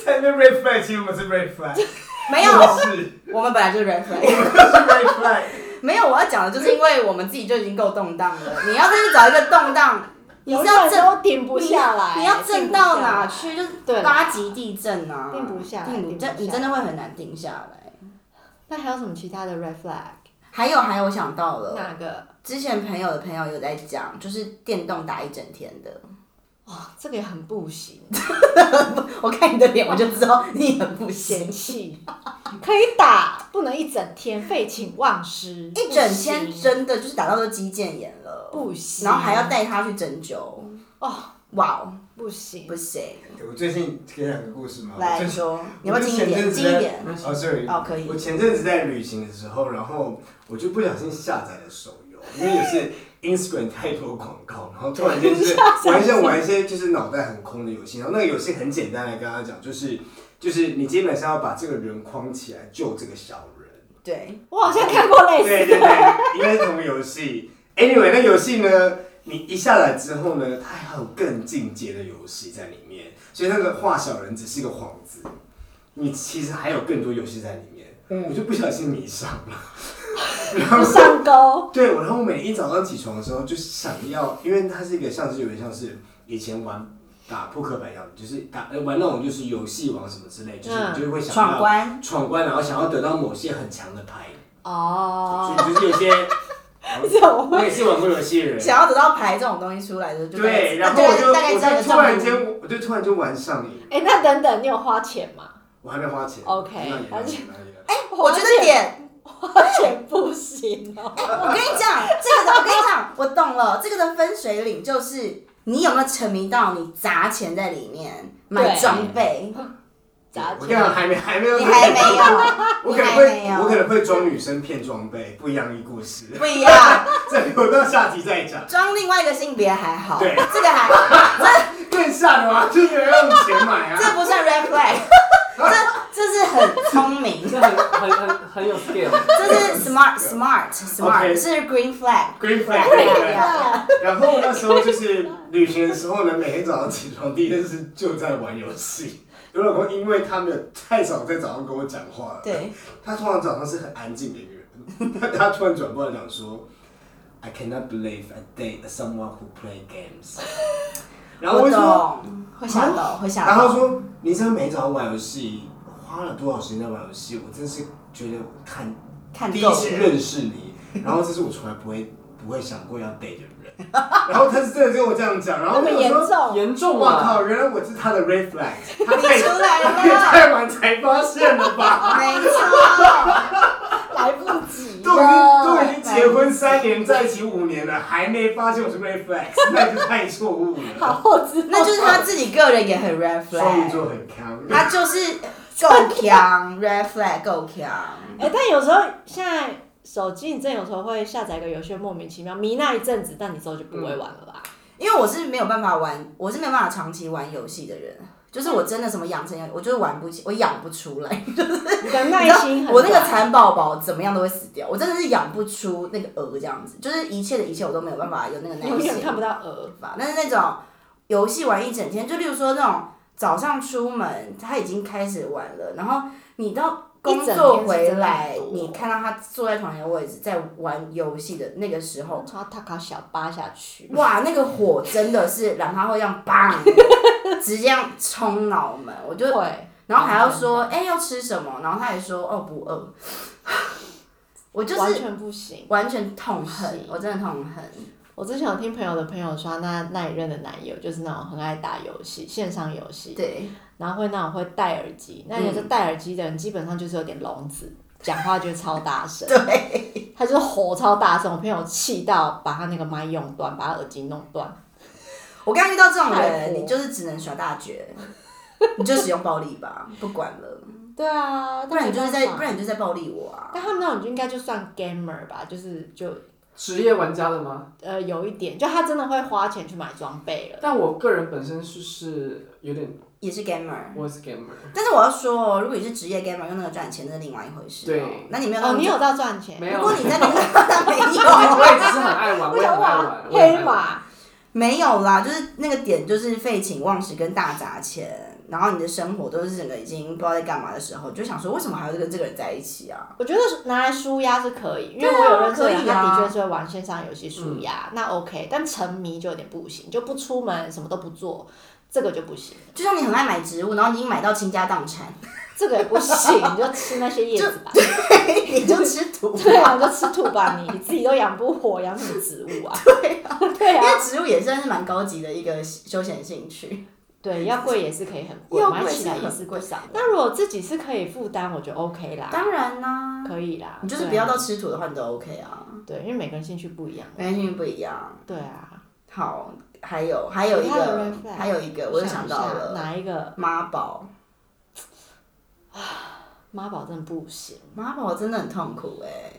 S4: 在那 red flag，其实我们是 red flag，
S1: 没有，
S4: 是
S1: 我们本来就是人 e
S4: 是 red flag。
S1: 没有，我要讲的就是因为我们自己就已经够动荡了，你要再去找一个动荡， 你
S2: 有
S1: 是
S2: 时
S1: 要
S2: 候
S1: 震，
S2: 都顶不下来，
S1: 你要震
S2: 定不
S1: 到
S2: 下
S1: 哪
S2: 来
S1: 去？就是
S2: 对啦
S1: 八级地震啊，
S2: 定不下来
S1: 定不
S2: 定不下
S1: 这
S2: 来
S1: 你真的会很难定下来。
S2: 那还有什么其他的 red flag？
S1: 还有还有，我想到了，
S2: 哪个？
S1: 之前朋友的朋友有在讲，就是电动打一整天的。
S2: 哇，这个也很不 行，
S1: 我看你的脸，我就知道你很不行。
S2: 嫌弃。可以打，不能一整天，废寝忘食。
S1: 一整天
S2: 不行
S1: 真的就是打到都肌腱炎了，
S2: 不行
S1: 然后还要带他去针灸。
S2: 哦，
S1: 哇哦，
S2: 不行。
S1: 不行，
S4: 我最近给两个故事嘛，我
S1: 来
S4: 最
S1: 你
S4: 近
S1: 说，你要
S4: 哦我
S1: 不要
S4: 就
S1: 近一
S4: 前
S1: 点，近
S4: 阵子
S1: 一
S4: 在
S1: 点。
S4: 哦，sorry，
S1: 哦，可以
S4: 我。前阵子在旅行的时候，然后我就不小心下载了手游，因为 也是 Instagram 太多广告，然后突然间就是玩一些玩一些就是脑袋很空的游戏，然后那个游戏很简单的跟他讲，就是就是你基本上要把这个人框起来救这个小人。
S1: 对，
S2: 我好像看过类似。
S4: 对对对，应该是同个游戏。Anyway，那游戏呢，你一下来之后呢，它还有更进阶的游戏在里面，所以那个画小人只是一个幌子，你其实还有更多游戏在里面。
S1: 嗯
S4: 我就不小心迷上了，然后
S2: 不上 钩。
S4: 对，我然后每一早上起床的时候就想要，因为它是一个像是有点像是以前玩打扑克牌一样，就是打呃玩那种就是游戏王什么之类，就是你就会想
S1: 嗯闯
S4: 要
S1: 关，
S4: 闯关，然后想要得到某些很强的牌，所
S2: 哦，
S4: 以就是有些。
S2: 怎么
S4: 我也是玩过游戏的人。
S1: 想要得到牌这种东西出来的，就大概
S4: 对，然后我就
S1: 大概
S4: 我
S1: 占
S4: 就
S1: 个
S4: 突然
S1: 上
S4: 间，我就突然就玩上瘾，
S2: 哎、那等等，你有花钱吗？
S4: 我还没花钱。
S2: OK，
S4: 那也
S2: 而且
S4: 那也
S1: 哎，我觉得点
S2: 花钱不行哦。
S1: 我跟你讲， 这个的我跟你讲，我懂了，这个的分水岭就是你有没有沉迷到你砸钱在里面买
S2: 对
S1: 装 备，
S2: 砸
S4: 我刚刚
S2: 钱？
S4: 还没还没有，
S1: 你还没有，
S4: 我可
S1: 你
S4: 能
S1: 还没有
S4: 会我可能会装女生骗装备，不一样的故事。
S1: 不一样，
S4: 这留到下集再讲。
S1: 装另外一个性别还好，
S4: 对
S1: 这个还好，
S4: 更吓人啊，就是要用钱买
S1: 这
S4: 啊。
S1: 不算 red flag，这这是很聪明，
S3: 这很很很很有 skill。
S1: 这是 smart smart smart，
S4: OK
S1: 是 green flag。
S4: Green
S1: 对对
S4: flag，
S1: 对
S4: 然后那时候就是旅行的时候呢，每天早上起床第一件事就在玩游戏。刘老公因为他没有太少在早上跟我讲话了，
S1: 对，
S4: 他通常早上是很安静的一个人，他突 然转过来讲说，I cannot believe I date someone who play games。然后我
S1: 我
S4: 就说，啊
S1: 懂，会吓到，会吓到。
S4: 然后他说，你知道每天早上玩游戏花了多少时间在玩游戏？我真是觉得我看
S1: 看
S4: 第
S1: 够
S4: 一次
S1: 了，
S4: 认识你，然后这是我从来不会不会想过要 date 的人。 然后他是真的跟我这样讲，然后
S2: 那么
S4: 我
S2: 严
S4: 想说，
S2: 重？
S3: 严重
S4: 哇
S3: 啊！
S4: 靠，原来我是他的 red flag，他
S1: 你
S4: 太
S1: 出来
S4: 他 也
S1: 了，
S4: 太晚才发现了吧？
S1: 没错。
S2: 来不及
S4: 都已经都已经结婚三年，在一起五年了，还没发现我是 red flag，那就太错误了。
S2: 好，我知道。
S1: 那就是他自己个人也很 red
S4: 双鱼
S1: flag，
S4: 座很强，
S1: 他就是够强，red flag 够强。
S2: 哎、但有时候现在手机，你真的有时候会下载一个游戏，莫名其妙迷那一阵子，但你之后就不会玩了吧？
S1: 因为我是没有办法玩，我是没有办法长期玩游戏的人，就是我真的什么养成游，我就是玩不起，我养不出来。
S2: 你的
S1: 嗯你
S2: 耐
S1: 知道
S2: 心很
S1: 我那个
S2: 短
S1: 蚕宝宝怎么样都会死掉，我真的是养不出那个鹅这样子，就是一切的一切我都没有办法有那个耐
S2: 永远
S1: 心。
S2: 看不到鹅。
S1: 吧。但是那种游戏玩一整天，就例如说那种早上出门他已经开始玩了，然后你到工作回来
S2: 一整天是真的很，多
S1: 你看到他坐在同一个位置在玩游戏的那个时 候，
S2: 从他卡小巴下去，
S1: 哇，那个火真的是让他会让砰，直接这样冲脑门，我就
S2: 会
S1: 然后还要说
S2: 嗯
S1: 哎、要吃什么，然后他也说哦不饿， 我就
S2: 完
S1: 是
S2: 全不行。
S1: 完全痛
S2: 不
S1: 恨
S2: 行，
S1: 我真的痛恨。
S2: 我之前有听朋友的朋友说，那那一任的男友就是那种很爱打游戏，线上游戏，
S1: 对，
S2: 然后会那种会戴耳机，那有个戴耳机的人基本上就是有点聋子，讲话就超大声，对，他就是吼超大声，我朋友气到把他那个麦用断，把他耳机弄断，
S1: 我刚遇到这种
S2: 太
S1: 人，
S2: 火
S1: 你就是只能耍大绝，你就使用暴力 吧，不管了，
S2: 对啊，
S1: 不然你就是在，不
S2: 然，
S1: 然你就是在暴力我啊。
S2: 但他们那种就应该就算 gamer 吧，就是就
S3: 职业玩家了吗？
S2: 呃有一点，就他真的会花钱去买装备了，
S3: 但我个人本身是是有点，
S1: 也是 gamer，
S3: 我是 gamer，
S1: 但是我要说哦，如果你是职业 gamer，用那个赚钱那是另外一回事、哦。
S3: 对，
S1: 那你没有那
S2: 哦，
S1: 么
S2: 你有到赚钱，
S3: 没
S1: 如
S3: 有
S1: 果你在那个那没有，
S3: 哎
S1: 啊
S3: 我也只是很爱玩，我
S2: 我
S3: 也
S2: 想
S3: 很爱
S2: 哇
S3: 玩，我也很
S2: 黑
S3: 爱玩
S2: 马。
S1: 没有啦，就是那个点就是废寝忘食跟大砸钱，然后你的生活都是整个已经不知道在干嘛的时候，就想说为什么还要跟这个人在一起啊？
S2: 我觉得拿来舒压是可以，因为
S1: 对啊
S2: 我有认识的人，
S1: 可以啊嗯
S2: 他的确是会玩线上游戏舒压，那 OK。但沉迷就有点不行，就不出门，什么都不做，这个就不行，
S1: 就像你很爱买植物，然后你已经买到倾家荡产，
S2: 这个也不行，你就吃那些叶子吧。
S1: 你 就吃土吧，
S2: 对啊，你就吃土吧你，你自己都养不活，养什么植 物啊？对
S1: 因
S2: 啊，
S1: 为植物也算是蛮高级的一个休闲兴趣。
S2: 对，要贵也是可以很 贵，
S1: 要贵
S2: 买起来
S1: 是
S2: 也
S1: 很
S2: 是不
S1: 贵
S2: 少。但如果自己是可以负担，我觉得 OK 啦，
S1: 当然啦、
S2: 可以啦。
S1: 你就是
S2: 对啊
S1: 不要到吃土的话，你都 OK 啊，
S2: 对，因为每个人兴趣不一样。
S1: 每个人兴趣不一样。
S2: 对啊，
S1: 好，还有还有一
S2: 还有
S1: 个
S2: red flag，
S1: 还有一个，我又想
S2: 一
S1: 到
S2: 下
S1: 了
S2: 哪一个
S1: 妈宝。
S2: 妈宝真的不行。
S1: 妈宝真的很痛苦哎、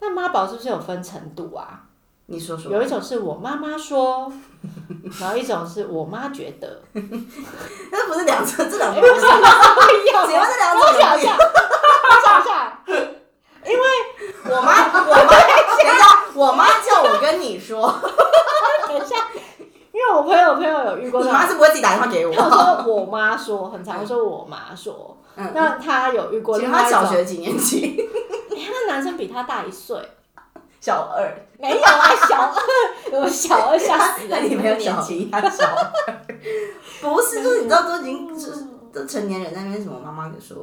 S2: 那妈宝是不是有分程度啊？
S1: 你说说，
S2: 有一种是我妈妈说，然后一种是我妈觉得。
S1: 那不是两种， 这两种不是，请问
S2: 我
S1: 这两种有
S2: 想
S1: 不
S2: 一
S1: 一样
S2: 下，我想一下，
S1: 我妈，我妈，等一下，我妈叫我跟你说，
S2: 等一下，因为我朋友朋友有遇过
S1: 你
S2: 那
S1: 妈
S2: 种。
S1: 是不会自己打电话给
S2: 我
S1: 我。
S2: 说我妈说，很常会说我妈说。
S1: 嗯，
S2: 那他有遇过
S1: 请
S2: 另
S1: 问 她
S2: 外一种，
S1: 小学几年级？
S2: 诶那男生比他大一岁，
S1: 小二，
S2: 没有啊，小二，我小二吓死
S1: 那
S2: 了，
S1: 你没有小
S2: 轻，
S1: 七，她小二，不是，就是你知道都已经就是都成年人在那边什么妈妈给说，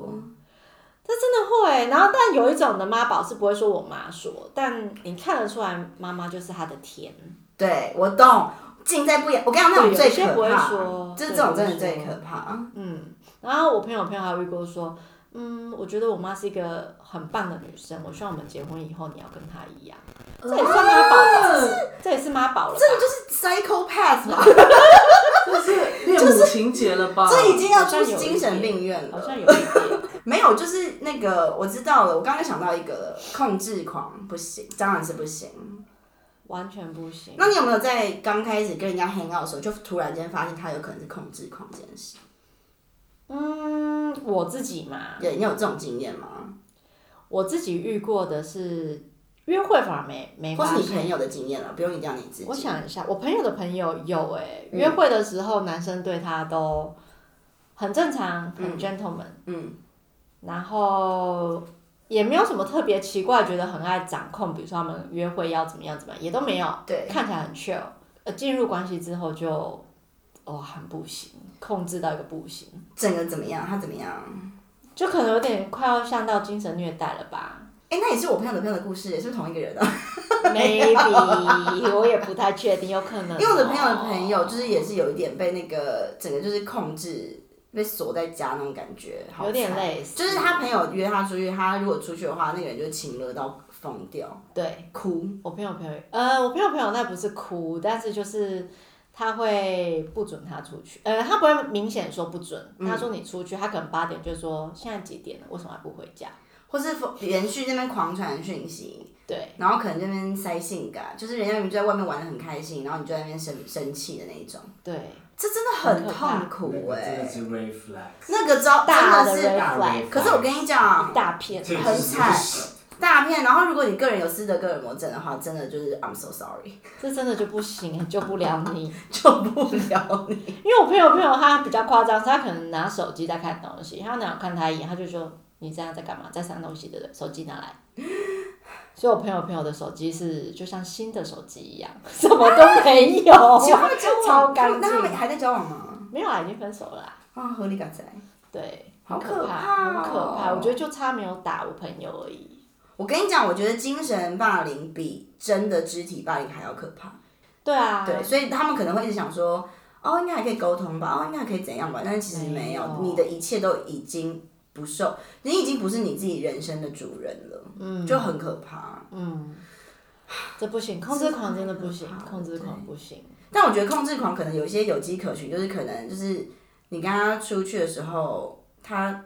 S2: 这真的会。然后，但有一种的妈宝是不会说我妈说，但你看得出来，妈妈就是他的天。
S1: 对我懂，尽在不言，我跟你讲那种
S2: 对
S1: 最
S2: 有些
S1: 可
S2: 不会
S1: 怕
S2: 说，
S1: 就是
S2: 对
S1: 这种
S2: 不会
S1: 真的最
S2: 说
S1: 可怕，
S2: 嗯，然后我朋友朋友还遇过说，嗯，我觉得我妈是一个很棒的女生，我希望我们结婚以后你要跟她一样，这也算妈宝吧，这也是妈宝了吧，
S1: 这就是 psychopath 吧。
S3: 这是恋母情节了吧？
S1: 这已经要
S2: 好像
S1: 住
S2: 有一
S1: 精神
S2: 点
S1: 病院
S2: 好
S1: 了。
S2: 像有一点，
S1: 没有，就是那个我知道了，我刚刚想到一个了控制狂不行，当然是不行。
S2: 完全不行。
S1: 那你有没有在刚开始跟人家 hang out 的时候，就突然间发现他有可能是控制狂这件事？
S2: 嗯，我自己嘛，
S1: 对你有这种经验吗？
S2: 我自己遇过的是约会反而没没
S1: 或
S2: 发
S1: 是你
S2: 现。
S1: 朋友的经验了，不用你讲你自己。
S2: 我想一下，我朋友的朋友有哎、
S1: 嗯
S2: 约会的时候男生对她都很正常，很 gentleman，
S1: 嗯，
S2: 然后也没有什么特别奇怪，觉得很爱掌控，比如说他们约会要怎么样怎么样，也都没有，
S1: 对，
S2: 看起来很 chill。呃，进入关系之后就，哇、很不行，控制到一个不行，
S1: 整个怎么样？他怎么样？
S2: 就可能有点快要像到精神虐待了 吧
S1: 哎、那也是我朋友的朋友的故事，是不是同一个人啊？
S2: ？Maybe 我也不太确定，有可能、哦
S1: 因为我的朋友的朋友，就是也是有一点被那个整个就是控制，被锁在家那种感觉，好
S2: 有点
S1: 惨
S2: 类似，
S1: 就是他朋友约他出去，他如果出去的话，那个人就情勒到疯掉，
S2: 对。
S1: 哭。
S2: 我朋友朋友，呃，我朋友朋友那不是哭，但是就是他会不准他出去，呃，他不会明显说不准，他说你出去，他可能八点就说现在几点了，为什么还不回家？
S1: 或是连续那边狂传讯息，
S2: 对，
S1: 然后可能这边塞性感，就是人家明明就在外面玩的很开心，然后你就在那边生生气的那一种，
S2: 对，
S1: 这真的很
S2: 很可怕
S1: 痛苦哎、
S4: 真的是 red flag，
S1: 那个招
S2: 大
S1: 哦真的
S2: 的 red
S1: 是，
S4: 大
S2: flag，
S4: flag
S1: 可是我跟你讲
S2: 一，大片，
S4: 这个
S1: 很
S4: 是
S1: 惨大片。然后如果你个人有私德个人魔症的话，真的就是 I'm so sorry，
S2: 这真的就不行，救不了你。
S1: 救不了你。
S2: 因为我朋友朋友他比较夸张，是他可能拿手机在看东西，他男友看他一眼，他就说你这样在干嘛，在删东西对不对？手机拿来。所以我朋友朋友的手机是就像新的手机一样，什么都没有。
S1: 请问他们交往
S2: 哦超干净
S1: 那他们还在交往吗？
S2: 没有啊，已经分手了啦。
S1: 啊，合理感在。
S2: 对，
S1: 好
S2: 可
S1: 怕哦
S2: 很可怕。我觉得就差没有打我朋友而已。
S1: 我跟你讲，我觉得精神霸凌比真的肢体霸凌还要可怕。
S2: 对啊，
S1: 对，所以他们可能会一直想说，哦，应该还可以沟通吧，哦，应该还可以怎样吧，但是其实没
S2: 没
S1: 有
S2: 有，
S1: 你的一切都已经不受，你已经不是你自己人生的主人了，嗯，就很可怕。
S2: 嗯，这不行，控制狂真的不行
S1: 这是很可怕，的
S2: 控制狂不行。
S1: 但我觉得控制狂可能有一些有迹可循，就是可能就是你跟他出去的时候，他。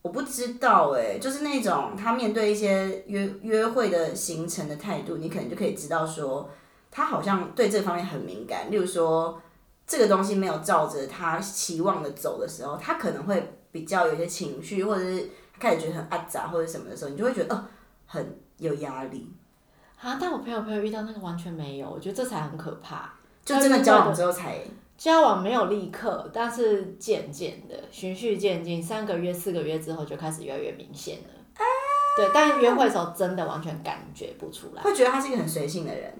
S1: 我不知道哎、就是那种他面对一些约约会的行程的态度，你可能就可以知道说，他好像对这方面很敏感。例如说，这个东西没有照着他期望的走的时候，他可能会比较有一些情绪，或者是开始觉得很阿杂或者什么的时候，你就会觉得哦、很有压力。
S2: 啊！但我朋友朋友遇到那个完全没有，我觉得这才很可怕。
S1: 就真的交往之后才
S2: 交往没有立刻，但是渐渐的，循序渐进，三个月、四个月之后就开始越来越明显了。对，但约会的时候真的完全感觉不出来，
S1: 会觉得他是一个很随性的人。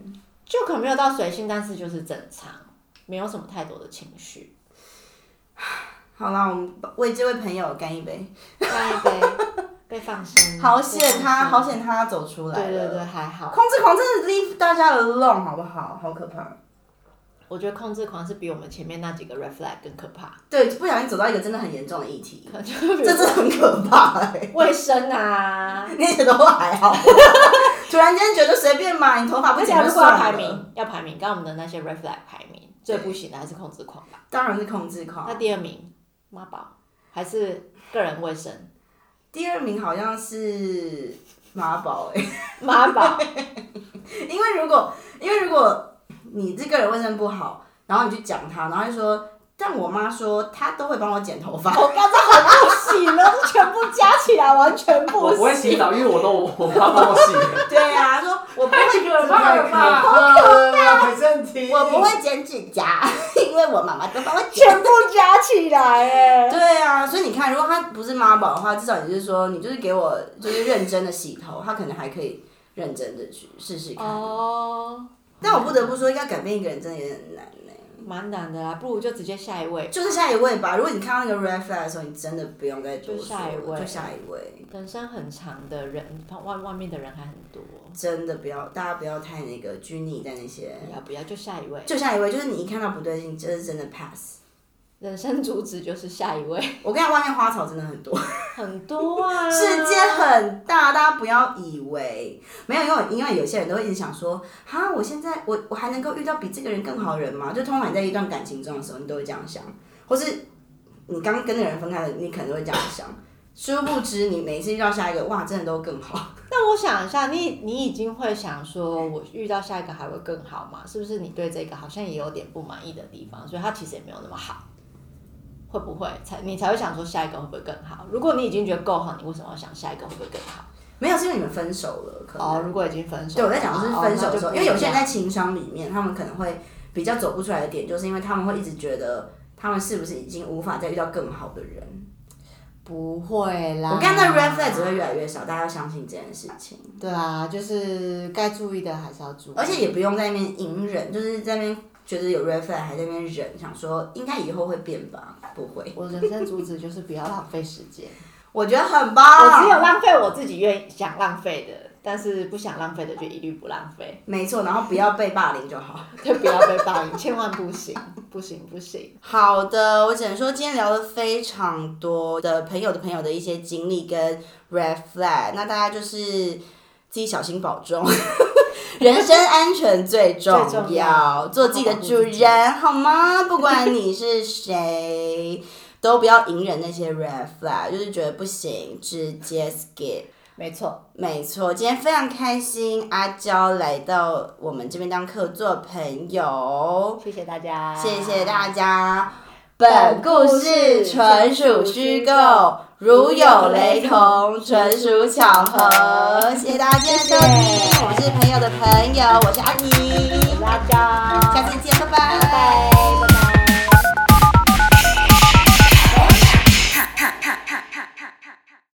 S2: 就可能没有到随性，但是就是正常，没有什么太多的情绪。
S1: 好啦，我们为这位朋友干一杯。
S2: 干一杯，被放 生。
S1: 好险他，
S2: 被放
S1: 好险他走出
S2: 生
S1: 来
S2: 嗯对对对，
S1: 了
S2: 还好。
S1: 控制狂真的 leave 大家 alone 好不好？好可怕。
S2: 我觉得控制狂是比我们前面那几个 red flag 更可怕，
S1: 对，不小心走到一个真的很严重的议题，
S2: 可能就是比
S1: 这
S2: 如
S1: 真的很可怕哎、
S2: 卫生 啊。
S1: 你觉得我还 好？突然间觉得随便嘛，你头发不
S2: 而且
S1: 剪就
S2: 如果要
S1: 算
S2: 排
S1: 了。
S2: 名，要排名，刚刚我们的那些 red flag 排名最不行的还是控制狂吧。
S1: 当然是控制狂
S2: 那。第二名妈宝还是个人卫生？
S1: 第二名好像是妈宝哎、
S2: 妈宝
S1: 因为如果因为如果你这个人卫生不好，然后你去讲他，然后就说，但我妈说她都会帮我剪头发。
S2: 我刚才很不行了，这全部加起来完全
S3: 我
S2: 不
S3: 不会
S2: 行。
S3: 洗澡，因为我都我我妈帮我洗哎的。
S1: 对呀、说我不会
S3: 可怕了吧！
S4: 啊，还暂停。
S1: 我不会剪指甲， 因为我妈妈都帮我剪。
S2: 全部加起来，哎，
S1: 对啊，所以你看，如果他不是妈宝的话，至少你就是说，你就是给我就是认真的洗头，他可能还可以认真的去试试看。
S2: 哦，
S1: 但我不得不说，要改变一个人真的有点难呢、
S2: 蛮难的啦，不如就直接下一位，
S1: 就是下一位吧，如果你看到那个 red flag 的时候，你真的不用再多
S2: 就
S1: 说
S2: 下一
S1: 了，
S2: 位
S1: 就下一位，
S2: 人生很长的人，外外面的人还很多，
S1: 真的不要，大家不要太那个拘泥在那些。
S2: 不要不要就下一位，
S1: 就下一位，就是你一看到不对劲，就是真的 pass。
S2: 人生主旨就是下一位，
S1: 我跟你讲，外面花草真的很多。
S2: 很多 啊，
S1: 世界很大，大家不要以为没有，因为因为有些人都会一直想说，哈，我现在我我还能够遇到比这个人更好的人吗？就通常你在一段感情中的时候，你都会这样想，或是你刚跟那个人分开了，你可能会这样想。殊不知，你每次遇到下一个，哇，真的都更好。
S2: 但我想一下，你你已经会想说，我遇到下一个还会更好吗？是不是你对这个好像也有点不满意的地方，所以它其实也没有那么好，会不会才你才会想说下一个会不会更好？如果你已经觉得够好，你为什么要想下一个会不会更好？
S1: 没有，是因为你们分手了，可能。
S2: 哦，如果已经分手
S1: 对，
S2: 了，
S1: 我在讲的是分手的时候，
S2: 哦
S1: 因为有些人在情商里面，他们可能会比较走不出来的点，就是因为他们会一直觉得他们是不是已经无法再遇到更好的人。
S2: 不会啦。
S1: 我刚刚的 red flag 只会越来越少，大家要相信这件事情，
S2: 对啊，就是该注意的还是要注意，
S1: 而且也不用在那边隐忍，就是在那边觉得有 red flag 还在那边忍，想说应该以后会变吧，不会，
S2: 我人生主旨就是不要浪费时 间。
S1: 我觉得很
S2: 我
S1: 棒，
S2: 只有浪费我自己愿意想浪费的，但是不想浪费的就一律不浪费，
S1: 没错，然后不要被霸凌就好。
S2: 就不要被霸凌，千万不行，不行不行。
S1: 好的，我只能说今天聊了非常多的朋友的朋友的一些经历跟 red flag，那大家就是自己小心保重， 人身安全最重要，
S2: 最重要
S1: 做自己的主人好吗？不管你是谁，都不要隐忍那些 red flag，就是觉得不行，直接 skip。
S2: 没错，
S1: 没错，今天非常开心，阿娇来到我们这边当客座朋友。
S2: 谢谢大家，
S1: 谢谢大家。本故事纯属虚构，如有雷同，纯属巧合。谢谢大家今天的收听，我是朋友的朋友，我是阿妮，
S2: 我是阿娇，
S1: 下次见，拜拜。